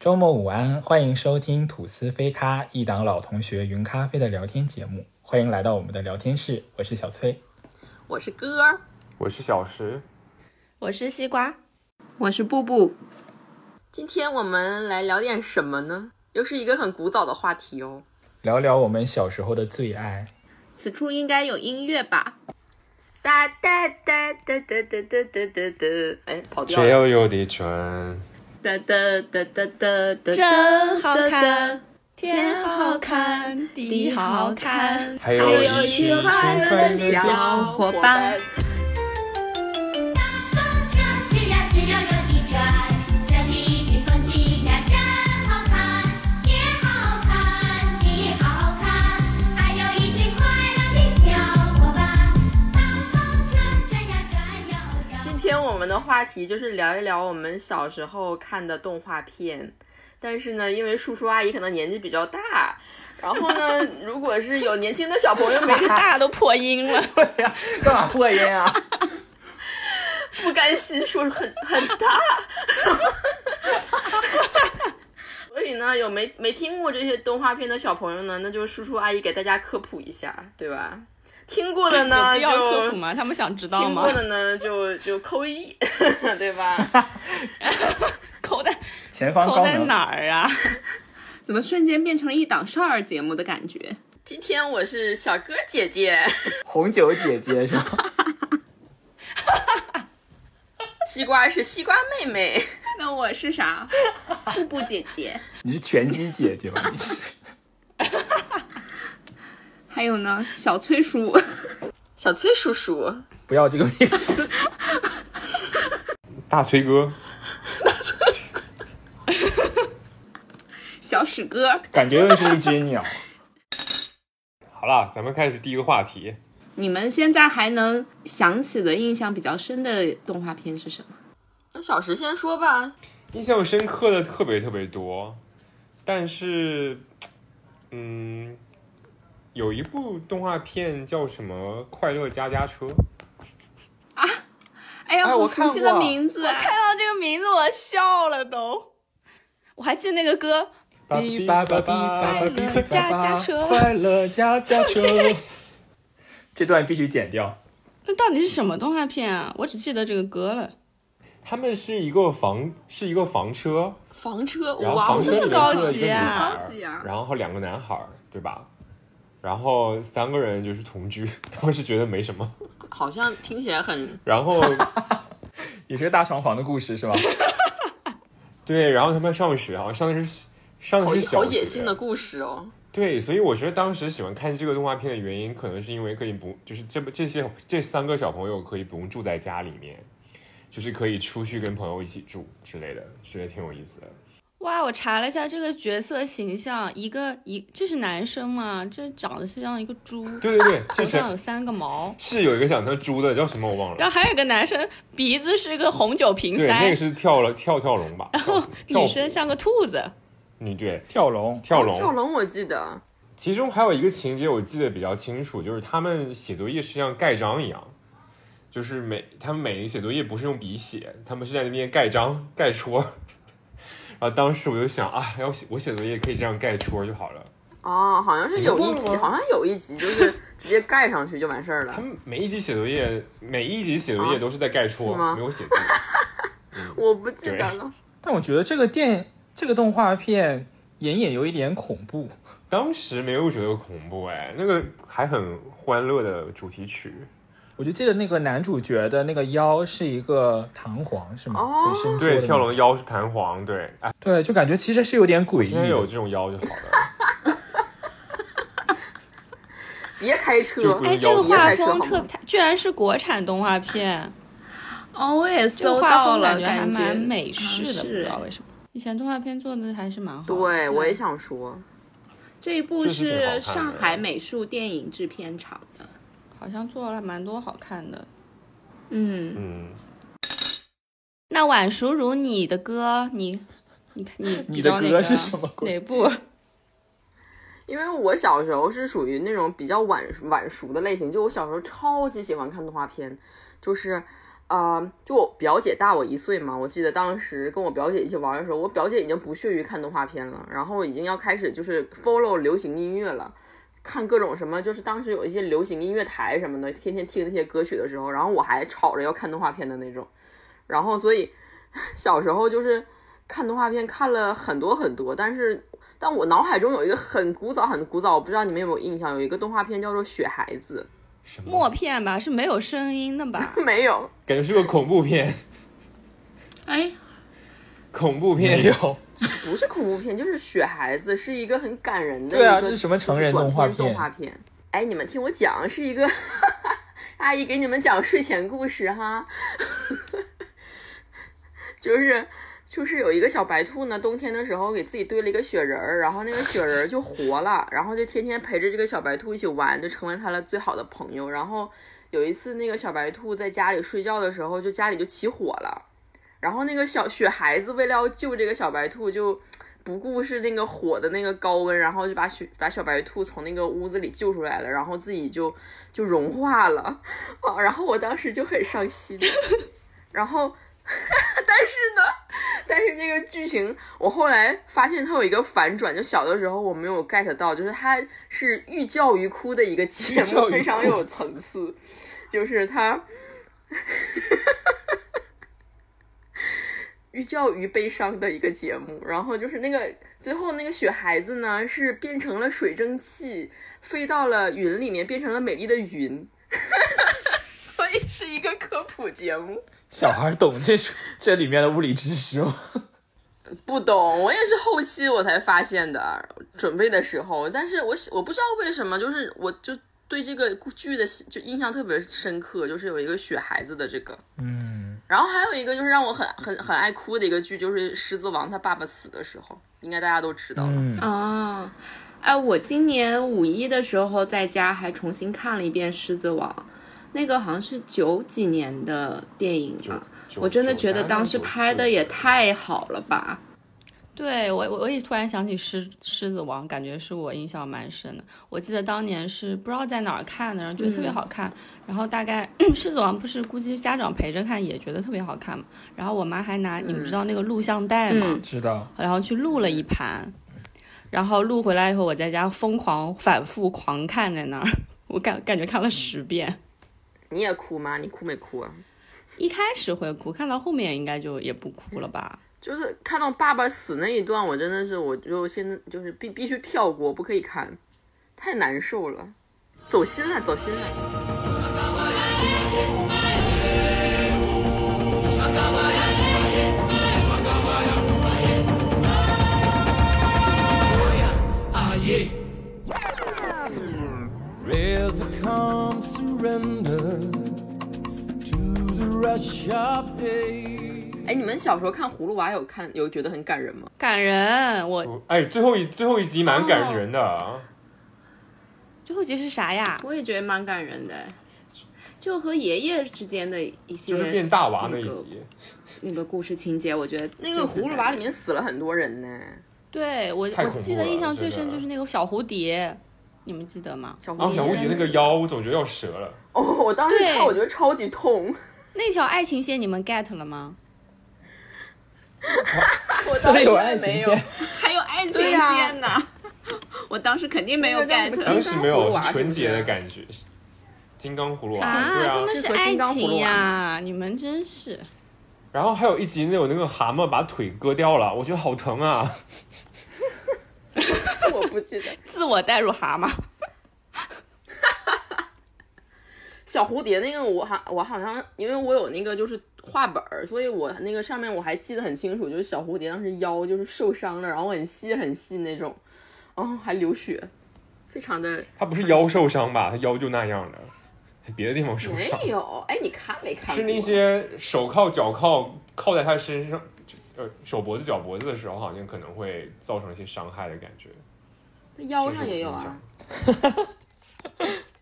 周末午安，欢迎收听吐司飞咖一档老同学云咖啡的聊天节目，欢迎来到我们的聊天室，我是小崔，我是歌儿，我是小石，我是西瓜，我是布布。今天我们来聊点什么呢？又是一个很古早的话题哦，聊聊我们小时候的最爱。此处应该有音乐吧？哒哒哒哒哒哒哒哒哒哒，哎，跑调却了。又有点蠢。哒哒哒哒哒哒，真好看，天好看，地好看。还还有有一一群群快快乐乐的的小伙伴。风车呀，只要有你转，这里的风景呀真好看，天好看，地好看，还有一群快乐的小伙伴。当风车转呀转悠悠。今天我们的话题就是聊一聊我们小时候看的动画片，但是呢，因为叔叔阿姨可能年纪比较大，然后呢，如果是有年轻的小朋友没看大都破音 了，对呀、干嘛破音啊？不甘心说很很大。所以呢，有没没听过这些动画片的小朋友呢，那就叔叔阿姨给大家科普一下，对吧？听过的有呢，必就要科普吗？他们想知道听吗过？的呢，就就扣一， 对吧？扣在前方扣高在能，哪儿啊？ 怎么瞬间变成了一档少儿节目的感觉？今天我是小歌姐姐，红酒姐姐是吧？西瓜是西瓜妹妹，那我是 啥？布布姐姐。你是拳击姐姐吗？你是？还有呢，小崔叔。 小崔叔叔，不要这个名字。大崔哥，小史哥，感觉又是一只鸟。好了，咱们开始第一个话题。你们现在还能想起的印象比较深的动画片是什么？那小石先说吧。印象深刻的特别特别多，但是，嗯，有一部动画片叫什么《快乐家家车》，哎哎呀，好我熟看悉的过名字啊！看到这个名字我笑了都。我还记得那个歌，哔吧吧哔吧吧哔吧吧家家车快乐家家车。这段必须剪掉。那到底是什么动画片啊？我只记得这个歌了。他们是一个房是一个房车，房车，然后哇房哦，车这里么面高住了一级个女啊孩高级啊然后两个男孩儿，对吧？然后三个人就是同居， 当时觉得没什么。好像听起来很然后也是个大床房的故事是吧？对，然后他们上学啊，上的是上好的是小好学野心的故事哦。对，所以我觉得当时喜欢看这个动画片的原因，可能是因为可以不，就是这么这些这三个小朋友可以不用住在家里面，就是可以出去跟朋友一起住之类的，觉得挺有意思的。哇，我查了一下这个角色形象，一个一这是男生嘛，这长得是像一个猪，对对对，就头上有是三个毛，是有一个长得像猪的，叫什么我忘然了。后还有个男生鼻子是个红酒瓶对，那个塞，是跳了跳跳龙 吧？然女生哦像个兔子。女对跳龙，跳龙，跳龙我记得，其中还有一个情节我记得比较清楚，就是他们写作业是像盖章一样，就是每他们每一个写作业不是用笔写，他们是在那边盖章盖戳。 然后当时我就想啊，要写我写作业可以这样盖戳就好了。哦，好像是有一你忘集，了好吗像有一集就是直接盖上去就完事儿他 了。们每一集写作业，每一集写作业都是在盖戳，是吗没有写字。我不记得了，但我觉得这个电这个动画片隐隐有一点恐怖。当时没有觉得恐怖哎，那个还很欢乐的主题曲。我就记得那个男主角的那个腰是一个弹簧，是吗？哦可以伸缩的对，那种跳龙。腰是弹簧，对，哎，对，就感觉其实是有点诡异今天有的。这种腰就好了。别开车就。哎，哎这这个个画画风风特特，居然是国产动画片，哦，我也这个搜画到风了，感觉嗯还感觉蛮美式的，啊不知道为什么。以前动画片做的还是蛮好的。对，我也想说，这一部确实挺好看的是上海美术电影制片厂的，好像做了蛮多好看的嗯，嗯，那晚熟如你的歌，你你看你你比的较那歌个是什么鬼哪部？因为我小时候是属于那种比较晚晚熟的类型，就我小时候超级喜欢看动画片，就是，呃，就我表姐大我一岁嘛，我记得当时跟我表姐一起玩的时候，我表姐已经不屑于看动画片了，然后已经要开始就是 follow 流行音乐了。看各种什么，就是当时有一些流行音乐台什么的，天天听那些歌曲的时候，然后我还吵着要看动画片的那种，然后所以 小时候就是看动画片看了很多很多，但是但我脑海中有一个很古早、很古早，我不知道你们有没有印象，有一个动画片叫做《雪孩子 什么默片吧，是没有声音的吧？》，没有，感觉是个恐怖片，哎，恐怖没 片。有，不是恐怖片，就是《雪孩子》是一个很感人的一对啊这个，是什么成人就是动画短片动画片？哎，你们听我讲，是一个阿姨给你们讲睡前故事哈，就是。就是有一个小白兔呢，冬天的时候给自己堆了一个雪人儿，然后那个雪人儿就活了，然后就天天陪着这个小白兔一起玩，就成为它的最好的朋友。然后有一次，那个小白兔在家里睡觉的时候，就家里就起火了，然后那个小雪孩子为了要救这个小白兔，就不顾是那个火的那个高温，然后就把雪把小白兔从那个屋子里救出来了，然后自己就就融化了啊！然后我当时就很伤心， 然后。 但是呢，但是这个剧情我后来发现它有一个反转，就小的时候我没有 get 到，就是它是寓教于哭的一个节寓教目，于非常哭有层次，就是它寓教于悲伤的一个节目。然后就是那个最后那个雪孩子呢，是变成了水蒸气，飞到了云里面，变成了美丽的云。 所以是一个科普节目，小孩懂这这里面的物理知识吗？ 不懂，我也是后期我才发现的，准备的时候，但是我喜我不知道为什么，就是我就对这个剧的喜就印象特别深刻，就是有一个雪孩子的这个，嗯，然后还有一个就是让我很很很爱哭的一个剧，就是《狮子王》他爸爸死的时候，应该大家都知道了。嗯，哦，哎，我今年五一的时候在家还重新看了一遍《狮子王》，那个好像是九几年的电影吧。九我真的九觉得三当九时拍四的也太好了吧！对我，我我也突然想起狮狮子王，感觉是我印象蛮深的。我记得当年是不知道在哪儿看的，然后觉得特别好看。然后大概 狮子王不是估计家长陪着看也觉得特别好看嘛。然后我妈还拿、你们知道那个录像带吗？嗯知道。然后去录了一盘，然后录回来以后，我在家疯狂反复狂看，在那儿，我感感觉看了十嗯遍。你也哭吗？你哭没哭啊？一开始会哭，看到后面应该就也不哭了吧？就是看到爸爸死那一段，我真的是，我就现在就是必必须跳过，不可以看，太难受了，走心了，走心了。 There's a calm surrender to the rush of day. 哎，你们小时候看《葫芦娃》有看有觉得很感人吗？感人，我我哎，最后一最后一集蛮感人的啊，最后集是啥呀？我也觉得蛮感人的，哎就和爷爷之间的一些就是变大娃那一集，那个故事情节，我觉得那个《就很葫芦娃》里面死了很多人呢，对我太恐怖我记得了印象最真深的就是那个小蝴蝶，你们记得吗？小然蝴后蝶哦小蝴蝴先蝶那个腰，我总觉得要折了。哦，我当时对看我觉得超级痛， 那条爱情线你们 get 了吗？我这当里时有还爱情没线，还有爱情对呀线呢。 我当时肯定没有那个叫什么金刚当时 get，没葫芦有娃是纯不是洁的感觉，金刚葫芦娃，对他们啊。是是和爱金刚葫芦情娃呀，你们真是。然后还有一集那有那个蛤蟆把腿割掉了，我觉得好疼啊！我不记得。自我代入蛤蟆，小蝴蝶那个我好我好像因为我有那个就是画本儿，所以我那个上面我还记得很清楚，就是小蝴蝶当时腰就是受伤了，然后很细很细那种，哦还流血，非常的他不是腰受伤吧？他腰就那样的，别的地方受没伤，有哎，你看没看过？是那些手铐、脚铐铐在他身上，就呃手脖子、脚脖子的时候，好像可能会造成一些伤害的感觉。哦腰上啊也有啊。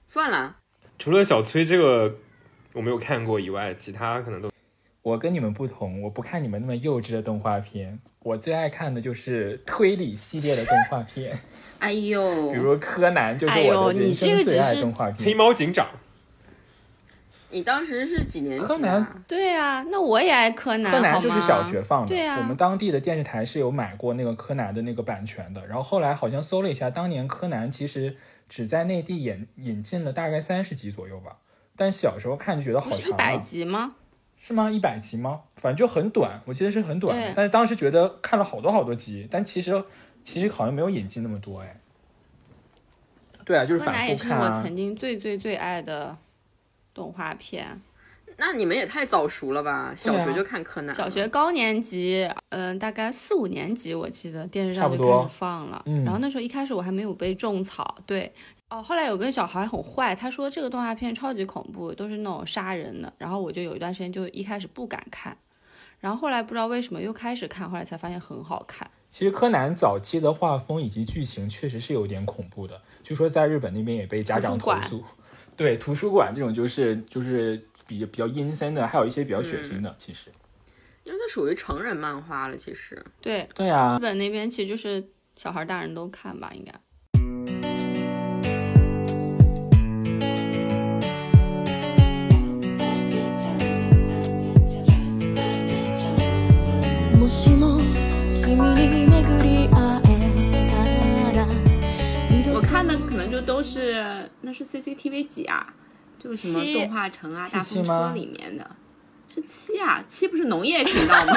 算了，除了小崔这个我没有看过以外，其他可能 都我跟你们不同，我不看你们那么幼稚的动画片，我最爱看的就是推理系列的动画 片，哦哎比呦，如柯南就是哎呦我的人你这生个最只爱是动画片。黑猫警长。你当时是几年级、啊？柯南对呀、那我也爱柯南，柯南就是小好吗学放的，对啊呀我们当地的电视台是有买过那个柯南的那个版权的。然后后来好像搜了一下，当年柯南其实只在内地引引进了大概三十集左右吧。但小时候看就觉得好不是长、一啊，百集吗？是吗？一百集吗？反正就很短，我记得是很短的对。但是当时觉得看了好多好多集，但其实其实好像没有引进那么多哎。对啊，就是柯反南也复是看、我啊。曾经最最最爱的动画片。那你们也太早熟了吧？小学就看柯南、小学高年级，嗯、大概四五年级，我记得电视差上不就多开始放了。嗯然后那时候一开始我还没有被种草，对。哦，后来有个小孩很坏，他说这个动画片超级恐怖，都是那种杀人的。然后我就有一段时间就一开始不敢看，然后后来不知道为什么又开始看，后来才发现很好看。其实柯南早期的画风以及剧情确实是有点恐怖的，据说在日本那边也被家长图书投馆诉。对，图书馆这种就是就是比比较阴森的，还有一些比较血腥的。其实，因为它属于成人漫画了，其实。对，对啊日，本那边其实就是小孩儿大人都看吧，应该。もしも君に巡り会えたら二度と我看的可能就都是那是 CCTV 几啊，就是什么七动画城啊、大七风吗车里面的，是七啊，七不是农业频道吗？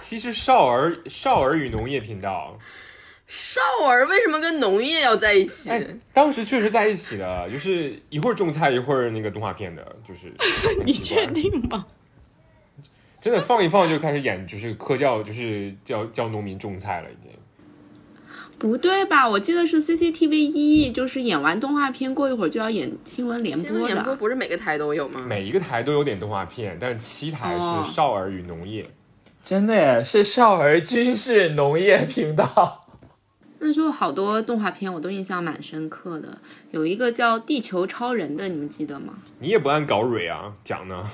其实少儿少儿与农业频道，少儿为什么跟农业要在一起？哎，当时确实在一起的，就是一会儿种菜，一会儿那个动画片的， 就是很你奇怪确定 吗？真的放一放就开始演，就是科教，就是教教农民种菜了，已经。不对吧？我记得是 CCTV 一，就是演完动画片过一会儿就要演新闻联新闻播联播的。不是每个台都有吗？每一个台都有点动画片，但是七台哦是少儿与农业。真的耶，是少儿军事农业频道。 那时候好多动画片我都印象蛮深刻的，有一个叫《地球超人》的，你们记得吗？你也不按稿蕊啊讲呢，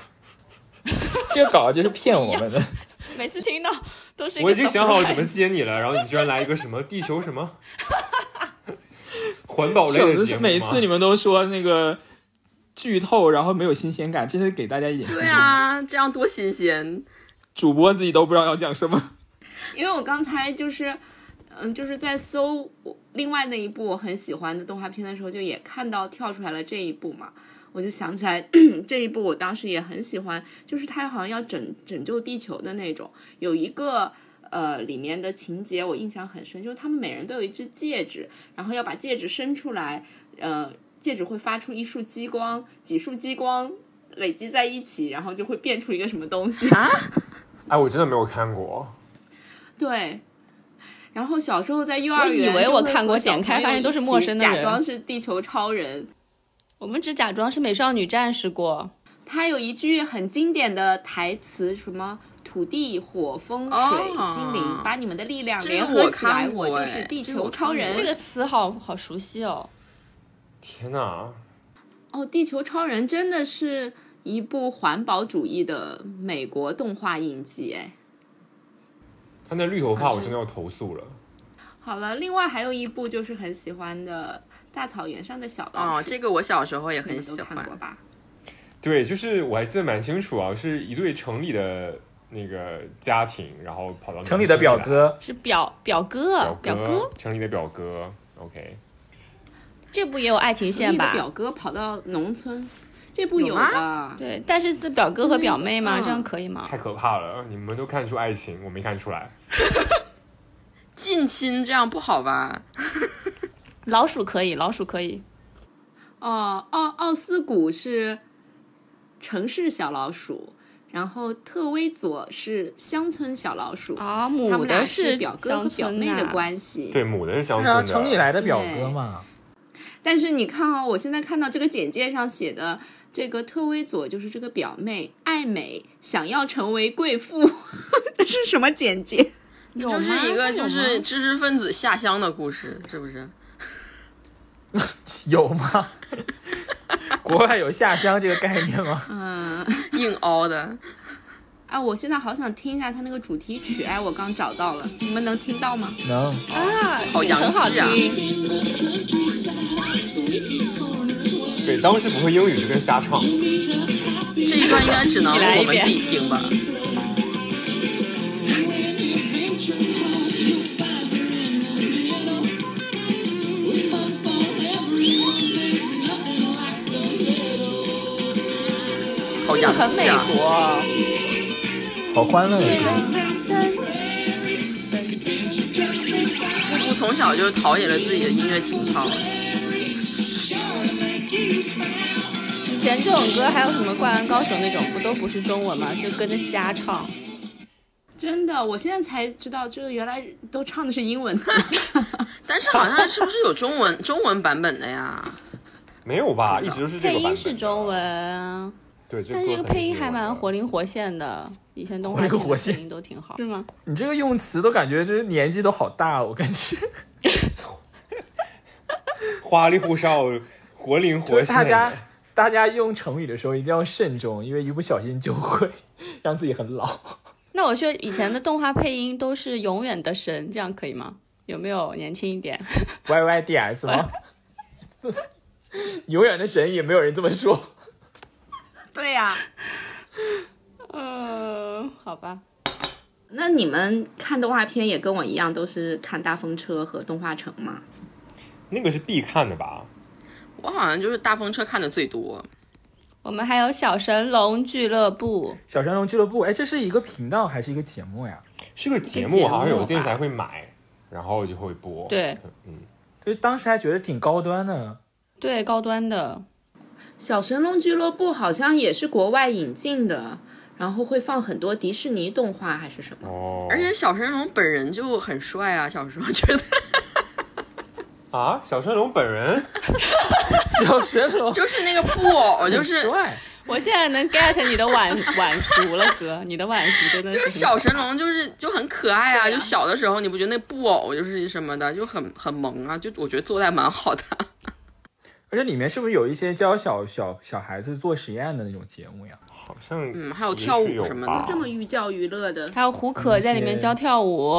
这个稿就是骗我 们的，每次听到都是一个我已经想好 surprise 怎么接你了，然后你居然来一个什么地球什么 环保类首的子节是目每吗次你们都说那个剧透，然后没有新鲜感，这是给大家一点新对鲜感。啊，这样多新鲜！主播自己都不知道要讲什么。因为我刚才就是，嗯，就是在搜我另外那一部我很喜欢的动画片的时候，就也看到跳出来了这一部嘛，我就想起来 这一部我当时也很喜欢，就是它好像要拯拯救地球的那种，有一个。呃，里面的情节我印象很深，就是他们每人都有一只戒指，然后要把戒指伸出来，呃，戒指会发出一束激光，几束激光累积在一起，然后就会变出一个什么东西。啊哎，我真的没有看过， 对。然后小时候在幼儿我以园，为我看过点开发现都是陌生的假人装是地球超人。我们只假装是美少女战士过，他有一句很经典的台词，什么“土地、火、风、水、哦心灵，把你们的力量这个联合我起来，看过我就哎是地这个我球超看过哎人”这个词好好熟悉哦。天哪！哦，《地球超人》真的是一部环保主义的美国动画影集哎。他那绿头发我真的要投诉了。好了，另外还有一部就是很喜欢的《大草原上的小老哦，鼠》，这个我小时候也你很们都喜看过欢。吧？对，就是我还记得蛮清楚啊，是一对城里的那个家庭，然后跑到城里的表农村哥，是表表哥，来，表哥，城里的表哥，OK，这部也有爱情你线的吧？表哥跑到农村，这部啊有吗吧？对，但是是表哥和表妹嘛，嗯这样可以吗？太可怕了！你们都看出爱情，我没看出来。近亲这样不好吧？老鼠可以，老鼠可以。哦，奥奥斯谷是城市小老鼠，然后特威佐是乡村小老鼠。啊，他母们俩的哦是表哥和乡表村妹的呐关系。对，母的是乡对村啊，的，城里来的表哥嘛。但是你看哦，我现在看到这个简介上写的，这个特威佐就是这个表妹爱美，想要成为贵妇， 这是什么简介？有就吗是一个有就吗是知识分子 下乡的故事，是不是？有吗？国外有下乡这个概念吗？嗯，硬凹的。哎，我现在好想听一下他那个主题曲，哎，我刚找到了，你们能听到吗？ 能，啊，好洋很好气啊听。对，当时不会英语就跟瞎唱。这一段应该只能你 来一我们遍自己听吧。好这个洋很气美啊！国，好欢乐的啊歌。布布从小就陶冶了自己的音乐情操。以前这种歌还有什么《灌篮高手》那种，不都不是中文吗？就跟着瞎唱。真的，我现在才知道，这个原来都唱的是英文字。但是好像是不是有中文 中文版本的呀？没有吧？一直都是这个版配本音的是中，文，对，这但是这歌个肯定配音是还中文蛮的活灵活现的。以前动活画灵片的活现配音都挺好，是吗？你这个用词都感觉这年纪都好大了，我感 觉。花里胡哨，活灵就活是现。大家大家用成语的时候一定要慎重，因为一不小心就会 让自己很老。那我说以前的动画配音都是永远的神，这样可以吗？有没有年轻一点？ Y Y D S 吗？ 永远的神也没有人这么说。对呀、 嗯，好吧。那你们看动画片也跟我一样，都是看《大风车》和《动画城》吗？那个是必看的吧？我好像就是大风车看的最多。我们还有小神龙俱乐部，小神龙俱乐部，哎，这是一个频道还是一个节目呀？是个节是节目，目好像有吧电视台会买，然后就会播。对，嗯，对，当时还觉得挺高端的。对高端的，小神龙俱乐部好像也是国外引进的，然后会放很多迪士尼动画还是什么？哦，而且小神龙本人就很帅啊，小时候觉得 啊，小神龙本人 小神 龙就是那个布偶，就很是帅，我现在能 get 你的晚晚熟了，哥，你的晚熟真的就是是很小神龙，就是就很可爱啊。就小的时候，你不觉得那布偶就是什么的，就很很萌啊？就我觉得做的还蛮好的。而且里面是不是有一些教小小小孩子做实验的那种节目呀？好像嗯还有也许跳舞有什么吧的这么寓教于乐的，还有胡可在里面教跳舞，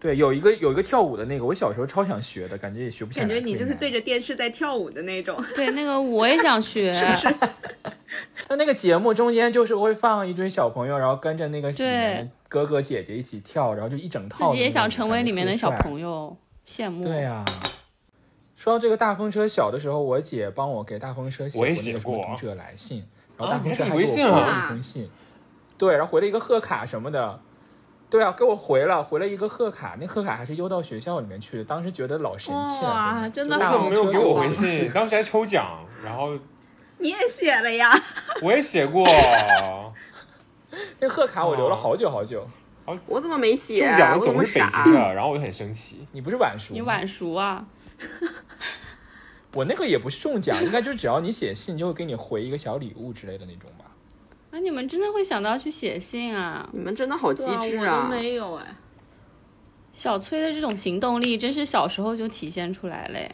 对，有一个有一个跳舞的那个，我小时候超想学的，感觉也学不下来。感觉你特别就是难对着电视在跳舞的那种。对那个我也想学，他那个节目中间就是会放一堆小朋友，然后跟着那个里对面哥哥姐姐一起跳，然后就一整自套。己也想成为里面的小朋友。友，羡慕。对啊呀、说到这个大风车，小的时候我姐帮我给大风车写我也那个写什么过读者来信，然后啊大风你车还还给给我微回信了啊一封信，对，然后回了一个贺卡什么的。对啊，给我回了，回了一个贺卡，那贺卡还是邮到学校里面去的，当时觉得老神气了。哇真啊真的就你大怎风么没有车给我回的信？当时还抽奖，然后你也写了呀？我也写 过，那贺卡我留了好久好久。 我怎么没写中啊？奖哎我怎的总么是北傻？京的，然后我就很生气。你不是晚熟吗？你晚熟啊，我那个也不是中奖， 应该就是只要你写信，就会给你回一个小礼物之类的那种吧。啊，你们真的会想到去写信啊？你们真的好机智我都啊！没有哎。小崔的这种行动力，真是小时候就体现出来嘞。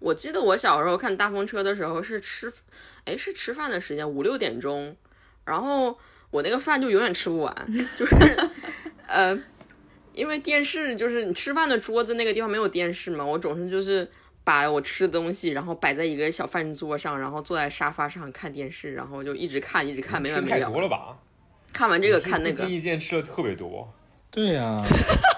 我记得我小时候看大风车的时候是吃，哎是吃饭的时间五六点钟，然后我那个饭就永远吃不完，就是 呃，因为电视就是你吃饭的桌子那个地方没有电视嘛，我总是就是把我吃的东西然后摆在一个小饭桌上，然后坐在沙发上看电视，然后就一直看一直啊看没吃完没太多了，了吧？看完这个看那不个经，意间吃了特别多。对呀、啊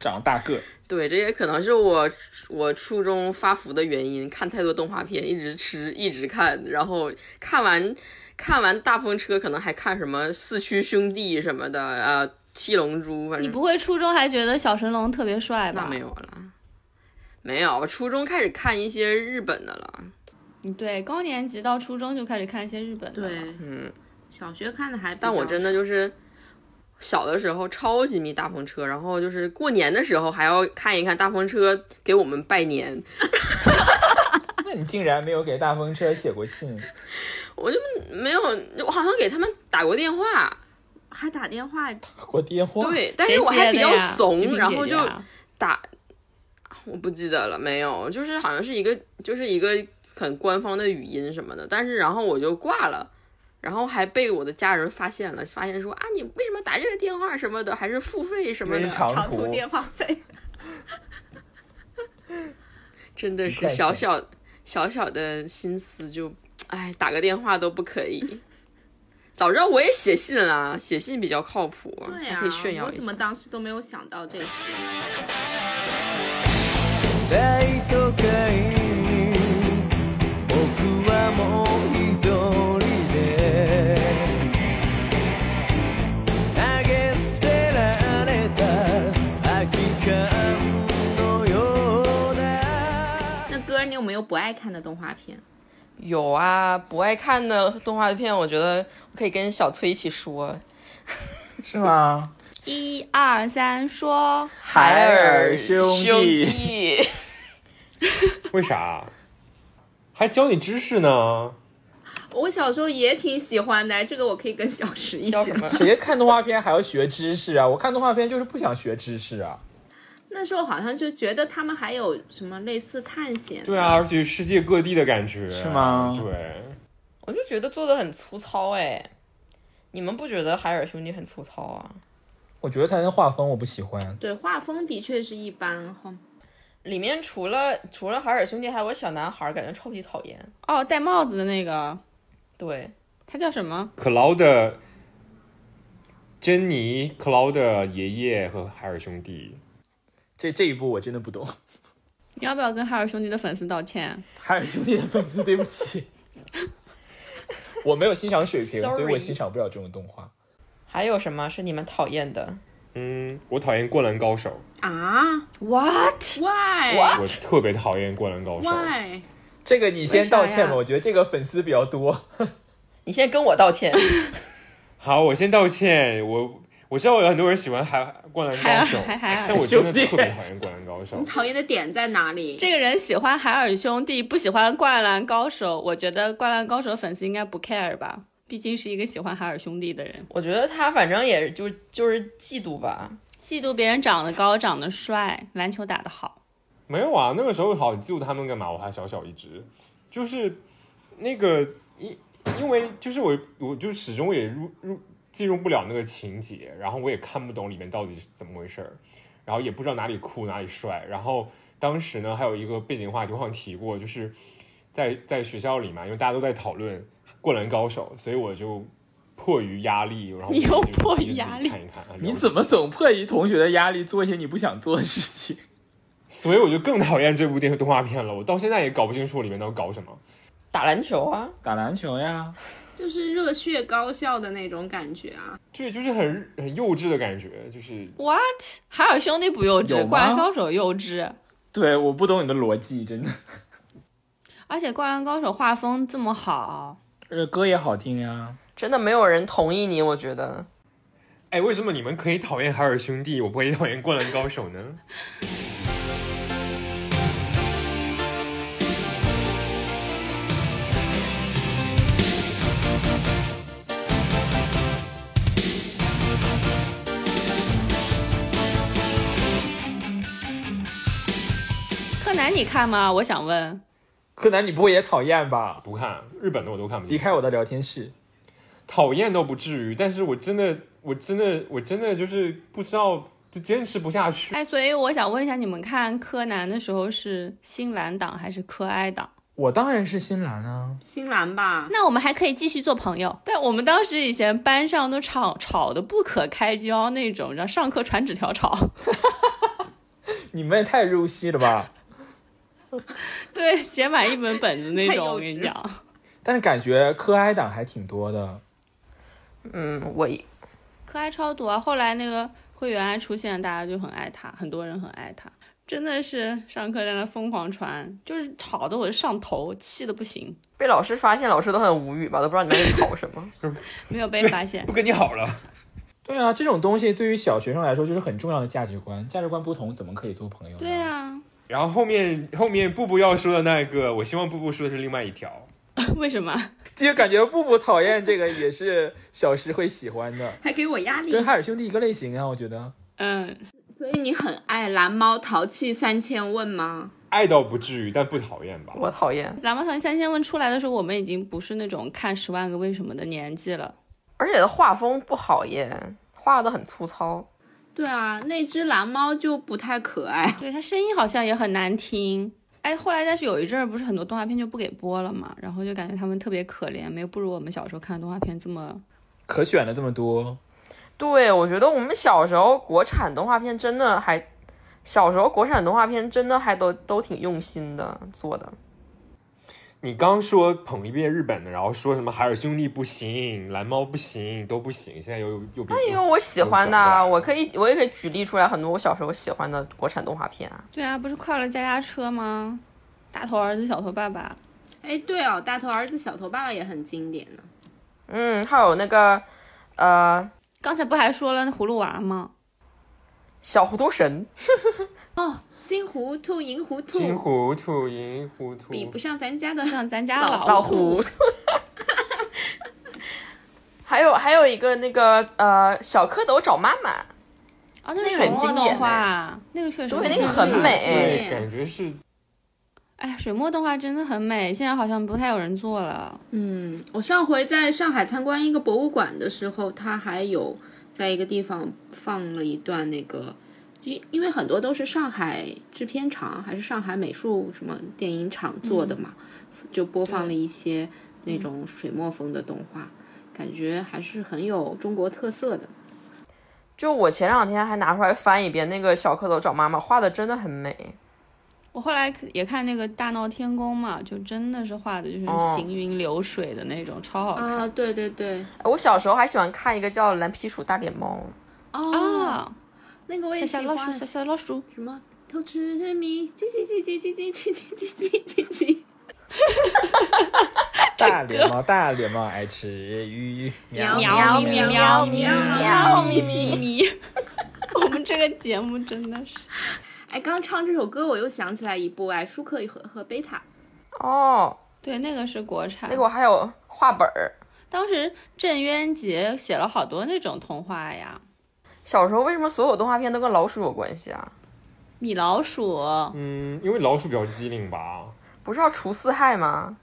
长大 个儿，对，这也可能是我我初中发福的原因，看太多动画片，一直吃，一直看，然后看完看完大风车，可能还看什么四驱兄弟什么的啊、呃七龙珠，反你正不啊会初中还觉得小神龙特别帅吧？那没有了，没有，我初中开始看一些日本的了，嗯，对，高年级到初中就开始看一些日本的了。对，嗯，小学看的还比较但我真的少就是小的时候超级迷大风车，然后就是过年的时候还要看一看大风车给我们拜年，那你竟然没有给大风车写过信？我就没有，我好像给他们打过电话。还打电话，我电话，对，但谁是我接还的比较呀怂菊萍，然姐后姐就啊打，我不记得了，没有，就是好像是一个，就是一个很官方的语音什么的，但是然后我就挂了。然后还被我的家人发现了，发现说啊，你为什么打这个电话什么的，还是付费什么因为的，长长途途电话费。 真的一块是钱小小小小的心思就，哎，打个电话都不可 以。早知道我也写信啦，写信比较靠谱，对还呀、可以炫耀我一怎下么。当时都没有想到这些？大都会に僕はもう一人で投げ捨てられた空き缶のような那歌儿，你有没有不爱看的动画片？有啊，不爱看的动画片，我觉得可以跟小崔一起说。是吗？一二三，说，海尔兄弟 弟，为啥？还教你知识呢？我小时候也挺喜欢的，这个我可以跟小石一叫起什。么？谁看动画片还要学知识啊？我看动画片就是不想学知识啊。那时候好像就觉得他们还有什么类似探险，对啊，而且世界各地的感觉是吗对，我就觉得做的很粗糙哎，你们不觉得海尔兄弟很粗糙啊？我觉得他的画风我不喜欢，对画风的确是一般哈。里面除了除了海尔兄弟，还有个小男孩，感觉超级讨厌。哦，戴帽子的那个，对，他叫什么？克劳德、珍妮、克劳德爷爷和海尔兄弟，这这一部我真的不懂。你要不要跟海尔兄弟的粉丝道歉？海尔兄弟的粉丝，对不起，我没有欣赏水平 Sorry 所以我欣赏不了这种动画。还有什么是你们讨厌的？嗯，我讨厌《灌篮高手啊 What？ ？Why？Why？我特别讨厌《灌篮高手》。这个你先道为啥歉呀吧，我觉得这个粉丝比较多。你先跟我道 歉。好，我先道歉，我我知道有很多人喜欢海《灌篮高手》海海海尔但我真的兄弟特别讨厌《灌篮高手》你。讨厌的点在哪里？这个人喜欢海尔兄弟，不喜欢《灌篮高手》。我觉得《灌篮高手》粉丝应该不 care 吧，毕竟是一个喜欢海尔兄弟的人，我觉得他反正也就就是嫉妒吧。嫉妒别人长得高、长得帅、篮球打得好。没有啊，那个时候好嫉妒他们干嘛？我还小小一只，就是那个因因为就是我我就始终也入入进入不了那个情节，然后我也看不懂里面到底是怎么回事儿，然后也不知道哪里酷哪里帅。然后当时呢，还有一个背景话题，我好像提过，就是在在学校里嘛，因为大家都在讨论《灌篮高手》，所以我就迫于压力，然后你又我就迫于压力看一看啊，你怎么总迫于同学的压力做一些你不想做的事 情？所以我就更讨厌这部电动画片了。我到现在也搞不清楚里面都搞什么。打篮球啊，打篮球呀，就是热血高校的那种感觉啊。对，就是很很幼稚的感觉，就是。 What？海尔兄弟不幼有稚，吗灌篮高手幼稚，对，我不懂你的逻辑，真的。而且灌篮高手画风这么好，呃，歌也好听呀，真的没有人同意你。我觉得哎，为什么你们可以讨厌海尔兄弟，我不会讨厌《灌篮高手》呢？柯南你看吗？我想问，柯南你不会也讨厌吧？不看日本的我都看不进离去，开我的聊天室，讨厌都不至于，但是我真的，我真的，我真的就是不知道，就坚持不下去。哎，所以我想问一下，你们看柯南的时候是新蓝党还是柯哀党？我当然是新兰啊。新兰吧，那我们还可以继续做朋友。但我们当时以前班上都吵吵得不可开交那种，然后上课传纸条吵。 你们也太入戏了吧？对，写满一本本子那太幼种，稚我跟你讲。但是感觉柯哀党还挺多的。嗯，我可爱超多啊！后来那个会员爱出现，大家就很爱他，很多人很爱他，真的是上课在那疯狂传，就是吵得我上头，气得不行，被老师发现，老师都很无语吧，都不知道你们在吵什么。没有被发现不。跟你好了，对啊，这种东西对于小学生来说就是很重要的价值观，价值观不同怎么可以做朋友？对，啊， 然后后面后面布布要说的那个，我希望布布说的是另外一条。为什么？这个感觉布布讨厌这个也是小时会喜欢的，还给我压力。跟海尔兄弟一个类型啊，我觉得。嗯，所以你很爱蓝猫淘气三千问吗？爱到不至于，但不讨厌吧？我讨厌。喇嘛团三千问出来的时候，我们已经不是那种看《十万个为什么》的年纪了。而且画风不好耶，画的很粗糙。对啊，那只蓝猫就不太可爱。对他声音好像也很难听。哎，后来但是有一阵儿不是很多动画片就不给播了嘛，然后就感觉他们特别可怜，没有不如我们小时候看的动画片这么。可选的这么多，对，我觉得我们小时候国产动画片真的还，小时候国产动画片真的还都都挺用心的做的。你刚说捧一遍日本的，然后说什么海尔兄弟不行，蓝猫不行，都不行，现在又又又变。因为我喜欢的啊，又我可以我也可以举例出来很多我小时候喜欢的国产动画片啊。对啊，不是快乐家家车吗？大头儿子小头爸爸，哎，对哦，大头儿子小头爸爸也很经典呢。嗯，还有那个呃刚才不还说了那葫芦 娃吗？小糊涂神，金狐兔、银狐兔金糊涂银糊涂，比不上咱家 的像咱家老老虎糊涂。 还有还有一个那个呃小蝌蚪找妈妈，啊，那是那个水很墨经动典画，那个确实对那经个很典美。嗯对，感觉是哎，水墨动画真的很美，现在好像不太有人做了。嗯，我上回在上海参观一个博物馆的时候，它还有在一个地方放了一段那个，因因为很多都是上海制片厂还是上海美术什么电影厂做的嘛，嗯就播放了一些那种水墨风的动画，感觉还是很有中国特色的。就我前两天还拿出来翻一遍那个小蝌蚪找妈妈，画的真的很美。我后来也看那个《大闹天宫》嘛，就真的是画的就是哦行云流水的那种，超好看啊，对对对，哎我小时候还喜欢看一个叫《蓝皮鼠大脸猫》，哦，啊！那个我也小喜小欢老鼠，小小老鼠，什么偷吃米，叽叽叽叽叽叽叽叽叽叽叽。大脸猫，大脸猫爱吃鱼，喵喵喵喵喵咪咪咪。咪。 我们这个节目真的是，哎，刚唱这首歌，我又想起来一部哎，舒克和和贝塔。哦，对，那个是国产。那个我还有画本儿。当时郑渊洁写了好多那种童话呀，小时候为什么所有动画片都跟老鼠有关系啊？米老鼠，嗯，因为老鼠比较机灵 吧。不是要除四害吗？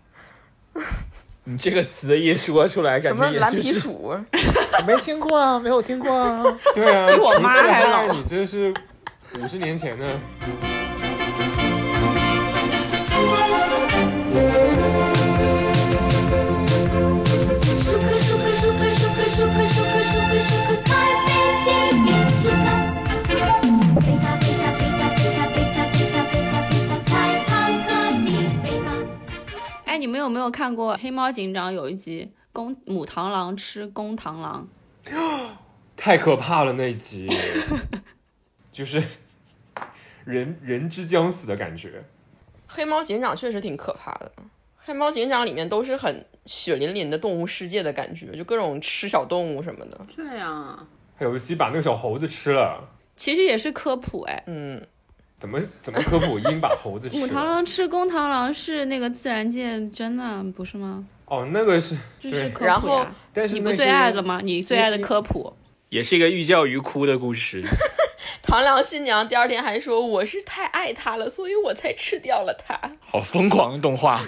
你这个词一说出来，什感么觉也蓝就皮是鼠？ 没听过啊，没有听过啊。对啊，我妈除此还之老外你这是五十年前的。舒克舒克舒克舒克舒克舒克舒克舒克咖啡精灵舒克，贝塔贝塔贝塔贝塔贝塔贝塔贝塔贝塔开palm 克力贝塔。哎，你们有没有看过《黑猫警长》有一集公母螳螂吃公螳螂？太可怕了那一 集，就是人人之将死的感觉。黑猫警长确实挺可怕的。黑猫警长里面都是很血淋淋的动物世界的感觉，就各种吃小动物什么的。这样啊，还有一集把那个小猴子吃了，其实也是科普哎。嗯，怎么怎么科普鹰把猴子母吃螳了？螂吃公螳螂是那个自然界真的不是吗？哦，那个是这对，是科普呀然后但是你那不是最爱的？吗？你最爱的科普， 也是一个寓教于哭的故事。螳螂新娘第二天还说我是太爱它了，所以我才吃掉了它。好疯狂的动画，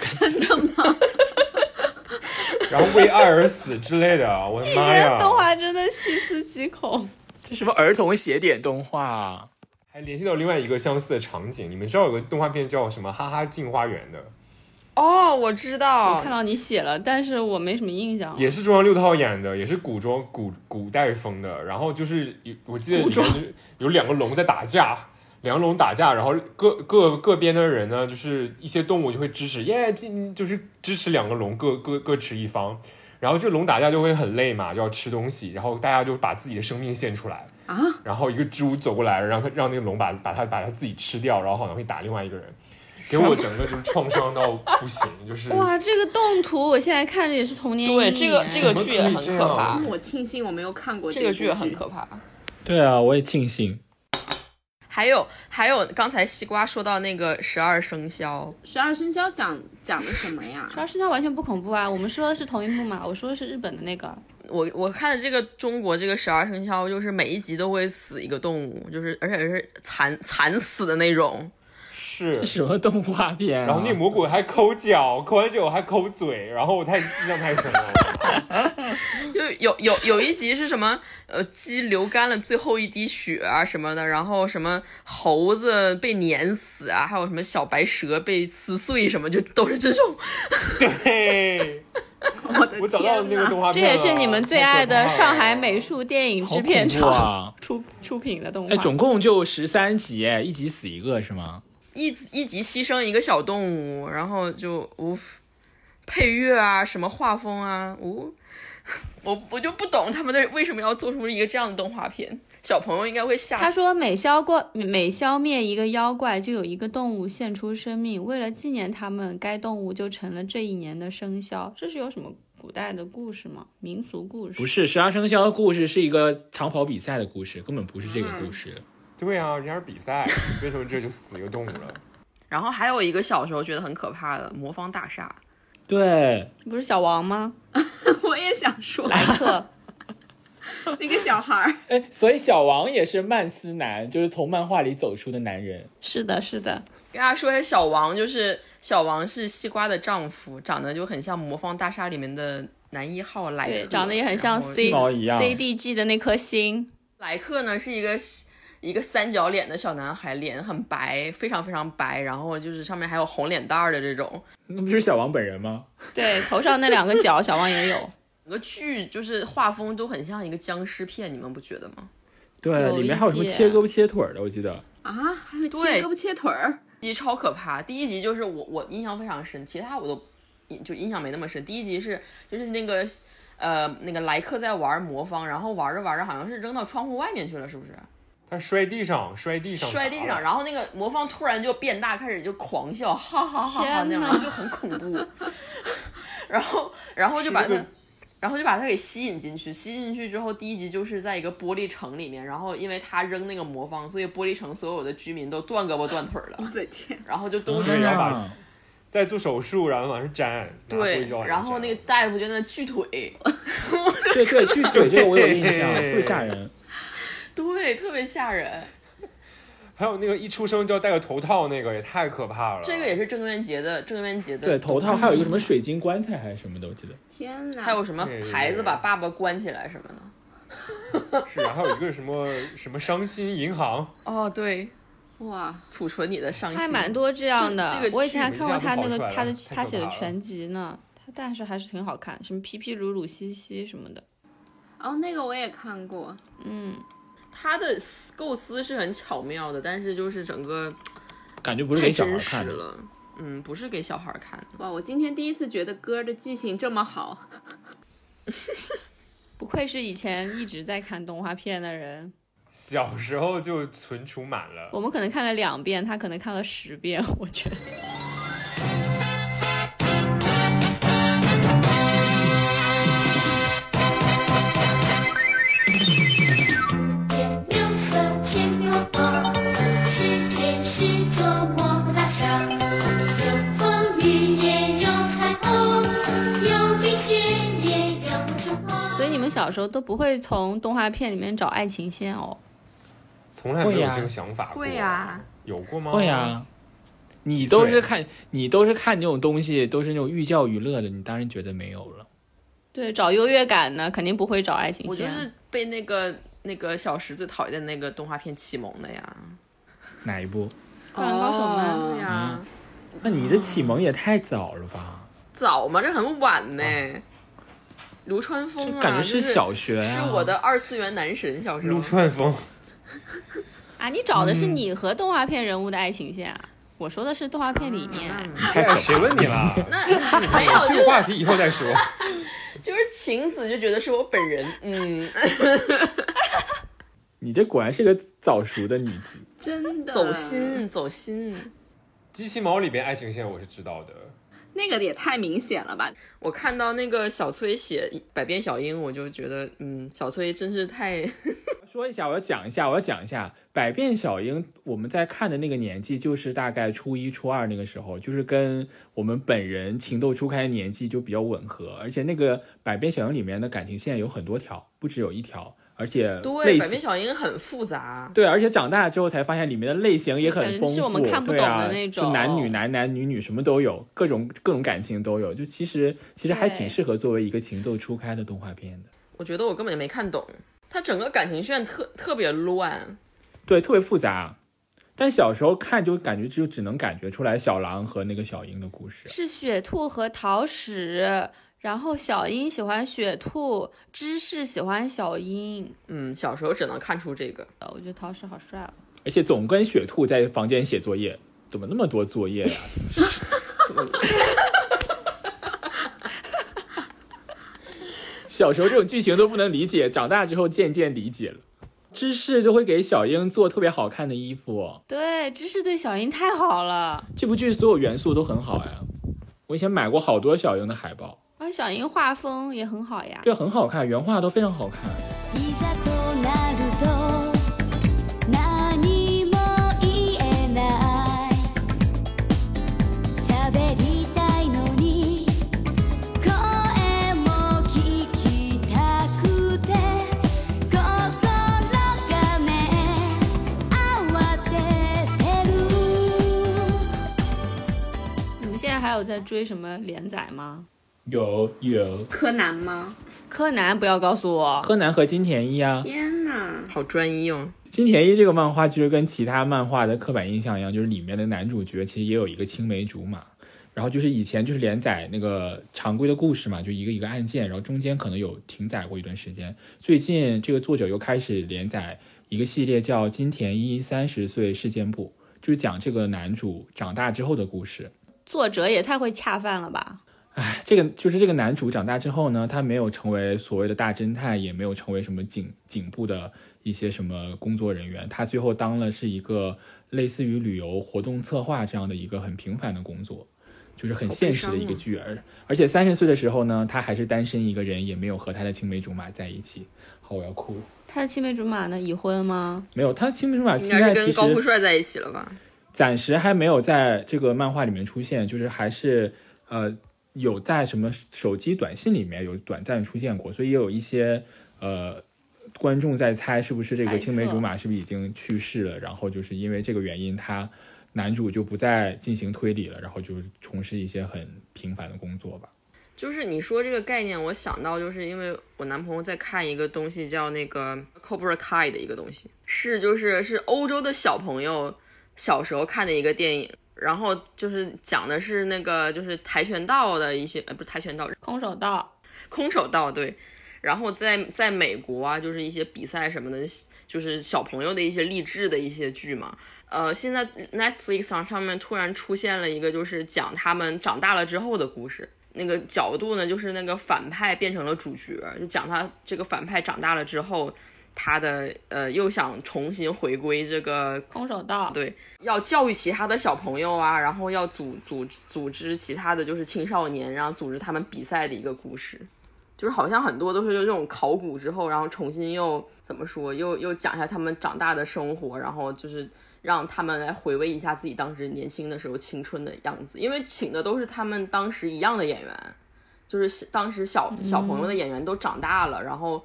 然后为爱而死之类的，啊我的妈 呀！动画真的细思极恐。这什么儿童写点动画啊？还联系到另外一个相似的场景，你们知道有个动画片叫什么《哈哈进花园》的，哦，我知道，我看到你写了，但是我没什么印象。也是中央六套演的，也是古装古古代风的。然后就是有我记得里面就是有两个龙在打架，两个龙打架，然后各各各边的人呢，就是一些动物就会支持，耶，进就是支持两个龙各各各持一方。然后这龙打架就会很累嘛，就要吃东西，然后大家就把自己的生命献出来啊。然后一个猪走过来，让他让那个龙把把他把他自己吃掉，然后好像会打另外一个人，给我整个就是创伤到不行，就是哇，这个动图我现在看着也是童年阴对影。哎这个这个剧也很可怕怎么可以这，我庆幸我没有看过这个个剧也很可怕。对啊，我也庆幸。还有还有，刚才西瓜说到那个十二生肖，十二生肖讲讲的什么呀？十二生肖完全不恐怖啊！我们说的是同一部嘛，我说的是日本的那个。我我看的这个中国这个十二生肖，就是每一集都会死一个动物，就是而且是惨惨死的那种。是什么动画片、啊？然后那蘑菇还抠脚，抠完脚还抠嘴，然后我太印象太深 了。就有有有一集是什么呃鸡流干了最后一滴血啊什么的，然后什么猴子被碾死啊，还有什么小白蛇被撕碎什么，就都是这种。对，我的我找到了那个动画这片了，也是你们最爱的啊太可怕了上海美。术电影制好恐片怖厂啊！出出品的动画。哎，总共就十三集，哎一集死一个是吗？一一集牺牲一个小动物，然后就无配乐啊，什么画风啊，无、 我我就不懂他们的为什么要做出一个这样的动画片，小朋友应该会吓他死。说每消过每消灭一个妖怪，就有一个动物献出生命。为了纪念他们，该动物就成了这一年的生肖。这是有什么古代的故事吗？民俗故事？不，是，十二生肖的故事是一个长跑比赛的故事，根本不是这个故事。对啊，人家是比赛，为什么这就死一个动物了？ 然后还有一个小时候觉得很可怕的魔方大厦，对，不是小王吗？ 我也想说，莱克，那个小孩儿，哎，所以小王也是曼斯男，就是从漫画里走出的男人。是的，是 的。跟大家说一下，小王就是小王是西瓜的丈夫，长得就很像魔方大厦里面的男一号莱对，克，长得也很像然后 C 一毛一样 C D G 的那颗星。莱克呢是一个一个三角脸的小男孩，脸很白，非常非常白，然后就是上面还有红脸蛋儿的这种。那不是小王本人吗？对，头上那两个角，小王也有。整个剧就是画风都很像一个僵尸片，你们不觉得吗？对，啊有里面一还有什么点切胳膊切腿儿的，我记得。啊，还有切对胳膊切腿儿，第一集超可怕，第一集就是我我印象非常深，其他我都印就印象没那么深。第一集是就是那个呃那个莱克在玩魔方，然后玩着玩着好像是扔到窗户外面去了，是不是？他摔地上，摔地上，摔地上，然后那个魔方突然就变大，开始就狂笑，哈哈哈哈天那哪样，然后就很恐怖。然后，然后就把是那他个，然后就把他给吸引进去。吸进去之后，第一集就是在一个玻璃城里面，然后因为他扔那个魔方，所以玻璃城所有的居民都断胳膊断腿我了，的天，然后就都在对那然儿后把在做手术，然后往上粘，拿对硅胶往，上然后那个粘大夫就在那锯腿，对对，巨对这个我有印象，对特别吓人。对，特别吓人。还有那个一出生就要戴个头套，那个也太可怕了。这个也是郑渊洁的，郑渊洁的对，头套还有一个什么水晶棺材还是什么的，我记得。天哪！还有什么对对孩子对把爸爸关起来什么的。是，然后有一个什么什么伤心银行，哦，对，哇，储存你的伤心，还蛮多这样的。这这个我以前还剧看过他那名字个还不好出来他的了太可他写的怕了全集呢，他但是还是挺好看，什么皮皮鲁鲁西西什么的。哦，那个我也看过，嗯，他的思构思是很巧妙的，但是就是整个感觉不是太给小孩真实看的。了。嗯，不是给小孩看的。哦哇，我今天第一次觉得歌的记性这么好，不愧是以前一直在看动画片的人，小时候就存储满了。我们可能看了两遍，他可能看了十遍。我觉得六色千默默，世界是做莫拉上，有风雨也有彩虹，有冰雪也有春光。所以你们小时候都不会从动画片里面找爱情线哦。从来没会有呀这个想法过。会呀有过吗？会啊，你都是看你都是看这种东西，都是那种寓教于乐的，你当然觉得没有了。对，找优越感呢，肯定不会找爱情我就线。是被那个那个小时最讨厌的那个动画片启蒙的呀。哪一部？灌篮高手吗哦对呀、那你这启蒙也太早了吧？早吗？这很晚呢。流川这枫啊，啊感觉就是小学是啊。我的二次元男神，小时撸候。串风，啊，你找的是你和动画片人物的爱情线啊？我说的是动画片里面。 太可哎谁问你了？ 那没有，这就个话是题以后再说。就是晴子就觉得是我本人，嗯，你这果然是个早熟的女子。真的走，心走心。机器猫里边爱情线我是知道的，那个也太明显了吧？我看到那个小崔写《百变小樱》，我就觉得，嗯，小崔真 是太……说一下，我要讲一下，我要讲一下《百变小樱》。我们在看的那个年纪，就是大概初一、初二那个时候，就是跟我们本人情窦初开的年纪就比较吻合。而且那个《百变小樱》里面的感情线有很多条，不只有一条，而且对，类百变型小樱很复杂，对，而且长大之后才发现里面的类型也很感觉丰富，是我们看不对懂啊的那种就男女、男男女女什么都有，各种各种感情都有。就其实其实还对挺适合作为一个情窦初开的动画片的，我觉得我根本就没看懂，它整个感情线特特别乱，对，特别复杂。但小时候看就感觉就只能感觉出来小狼和那个小樱的故事，是雪兔和桃矢，然后小樱喜欢雪兔，芝士喜欢小樱。嗯，小时候只能看出这个，呃，我觉得桃矢好帅哦。而且总跟雪兔在房间写作业，怎么那么多作业呀、 小时候这种剧情都不能理解，长大之后渐渐理解了。芝士就会给小樱做特别好看的衣服，对，芝士对小樱太好了，这部剧所有元素都很好呀。我以前买过好多小樱的海报，而小樱画风也很好呀。对，很好看，原画都非常好看。 「いざとなると何も言えない」「しゃべりたいのに声も聞きたくて」「心がね慌ててる」你们现在还有在追什么连载吗？有有，柯南吗？柯南不要告诉我，柯南和金田一啊，天哪！好专一哦。金田一这个漫画其实跟其他漫画的刻板印象一样，就是里面的男主角其实也有一个青梅竹马，然后就是以前就是连载那个常规的故事嘛，就一个一个案件，然后中间可能有停载过一段时间。最近这个作者又开始连载一个系列叫《金田一三十岁事件簿》，就是讲这个男主长大之后的故事。作者也太会恰饭了吧？唉，这个就是这个男主长大之后呢，他没有成为所谓的大侦探，也没有成为什么警警部的一些什么工作人员，他最后当了是一个类似于旅游活动策划这样的一个很平凡的工作，就是很现实的啊一个剧。而、而且三十岁的时候呢，他还是单身一个人，也没有和他的青梅竹马在一起。好，我要哭了。他的青梅竹马呢？已婚吗？没有，他青梅竹马应啊现该在其是跟实高富帅在一起了吧？暂时还没有在这个漫画里面出现，就是还是呃有在什么手机短信里面有短暂出现过，所以也有一些呃观众在猜是不是这猜个测青梅竹马是不是已经去世了，然后就是因为这个原因，他男主就不再进行推理了，然后就从事一些很平凡的工作吧。就是你说这个概念，我想到就是因为我男朋友在看一个东西叫那个 Cobra Kai 的一个东西，是就是是欧洲的小朋友小时候看的一个电影，然后就是讲的是那个就是跆拳道的一些呃不是跆拳道，空手道， 空手道对。然后在在美国啊，就是一些比赛什么的，就是小朋友的一些励志的一些剧嘛。呃，现在 Netflix 上上面突然出现了一个，就是讲他们长大了之后的故事。那个角度呢，就是那个反派变成了主角，就讲他这个反派长大了之后，他的呃又想重新回归这个空手道，对，要教育其他的小朋友啊，然后要组组组织其他的就是青少年，然后组织他们比赛的一个故事，就是好像很多都是就这种考古之后，然后重新又怎么说，又又讲一下他们长大的生活，然后就是让他们来回味一下自己当时年轻的时候青春的样子，因为请的都是他们当时一样的演员，就是当时小小朋友的演员都长大了，然后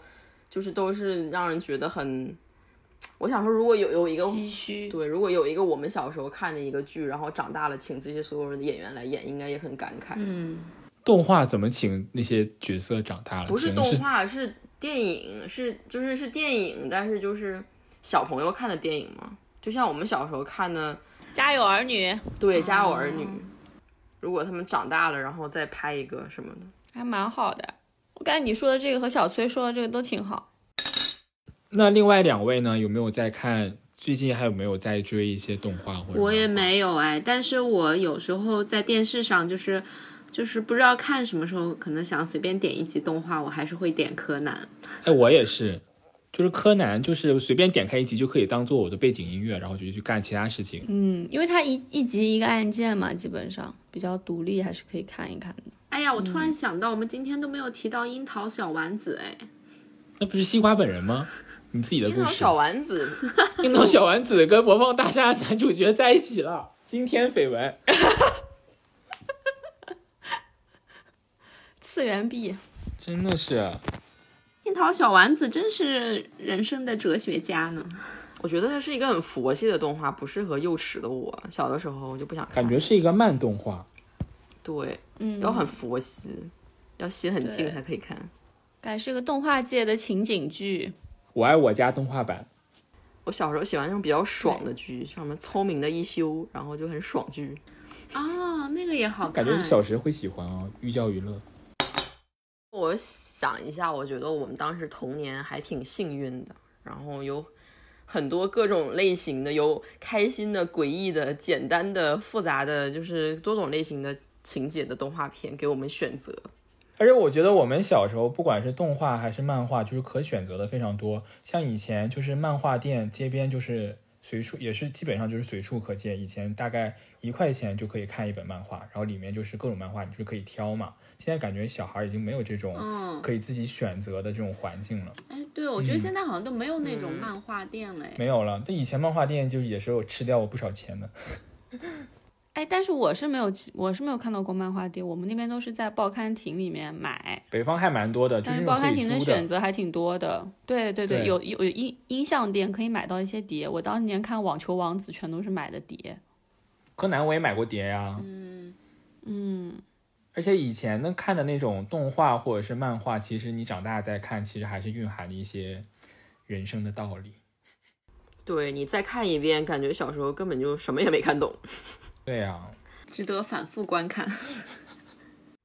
就是都是让人觉得很。我想说，如果有有一个唏嘘。对，如果有一个我们小时候看的一个剧，然后长大了请这些所有人的演员来演，应该也很感慨。嗯，动画怎么请那些角色长大了？不是只动能是画，是电影，是就是是电影，但是就是小朋友看的电影嘛，就像我们小时候看的家有儿女， 《对家有哦儿女》如果他们长大了，然后再拍一个什么的，还蛮好的。我感觉你说的这个和小崔说的这个都挺好。那另外两位呢？有没有在看？最近还有没有在追一些动画或者？我也。没有哎，但是我有时候在电视上就是就是不知道看什么时候，可能想随便点一集动画，我还是会点柯南。哎，我也是，就是柯南，就是随便点开一集就可以当做我的背景音乐，然后就去干其他事情。嗯，因为它一一集一个案件嘛，基本上比较独立，还是可以看一看的。哎呀，我突然想到，我们今天都没有提到樱桃小丸子哎，那不是西瓜本人吗？你自己的樱故桃事小。丸子樱桃小丸子跟魔方大厦男主角在一起了，惊天绯闻。哎次元壁，真的是，樱樱桃小丸子真是人生的哲学家呢。我觉得它是一个很佛系的动画，不适合幼齿的我。小的时候我就不想看，感觉是一个慢动画。对，嗯，要很佛系，要心很静对才可以看。感觉是个动画界的情景剧。我爱我家动画版，我小时候喜欢那种比较爽的剧，像什么《聪明的一休》，然后就很爽剧。啊，那个也好感看。觉小时会喜欢啊、寓教于乐。我想一下，我觉得我们当时童年还挺幸运的，然后有很多各种类型的，有开心的、诡异的、简单的、复杂的，就是多种类型的情节的动画片给我们选择。而且我觉得我们小时候，不管是动画还是漫画，就是可选择的非常多。像以前就是漫画店街边就是随处也是基本上就是随处可见。以前大概一块钱就可以看一本漫画，然后里面就是各种漫画，你就可以挑嘛。现在感觉小孩已经没有这种嗯可以自己选择的这种环境了，哎，对，我觉得现在好像都没有那嗯种漫画店了。哎没有了。那以前漫画店就也是有吃掉我不少钱的。哎，但是我是没有，我是没有看到过漫画店，我们那边都是在报刊亭里面买，北方还蛮多的，就但是是那报种可刊以亭的租选择还挺多的。对对对，对有有有音音像店可以买到一些碟，我当年看《网球王子》全都是买的碟。柯南我也买过碟呀、嗯，而且以前呢看的那种动画或者是漫画，其实你长大再看，其实还是蕴含了一些人生的道理。对你再看一遍，感觉小时候根本就什么也没看懂。对啊，值得反复观看。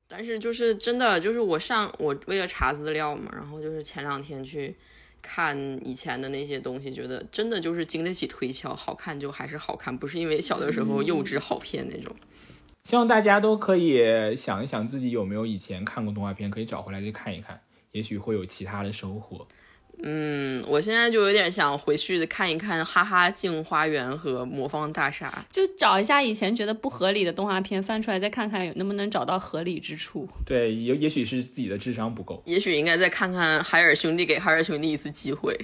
但是就是真的，就是我上我为了查资料嘛，然后就是前两天去看以前的那些东西，觉得真的就是经得起推敲，好看就还是好看，不是因为小的时候幼稚好骗那种。希望大家都可以想一想自己有没有以前看过动画片，可以找回来再看一看，也许会有其他的收获。嗯，我现在就有点想回去看一看《哈哈镜花园》和《魔方大厦 就找一下以前觉得不合理的动画片翻出来，再看看有能不能找到合理之处。对，也也许是自己的智商不够》，。也许应该再看看海尔兄弟，给海尔兄弟一次机会。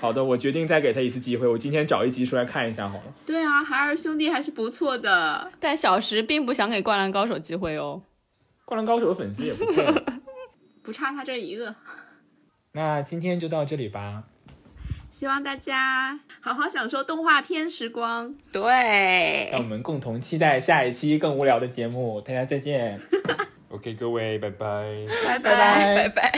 好的，我决定再给他一次机会，我今天找一集出来看一下好了。对啊，海尔兄弟还是不错的。但小时并不想给《灌篮高手》机会哦。灌篮高手的粉丝也不啊骗你。不差他这一个。 那今天就到这里吧，希望大家好好享受动画片时光，对让，我们共同期待下一期更无聊的节目。大家再见， OK，各位，拜拜。拜拜拜拜拜。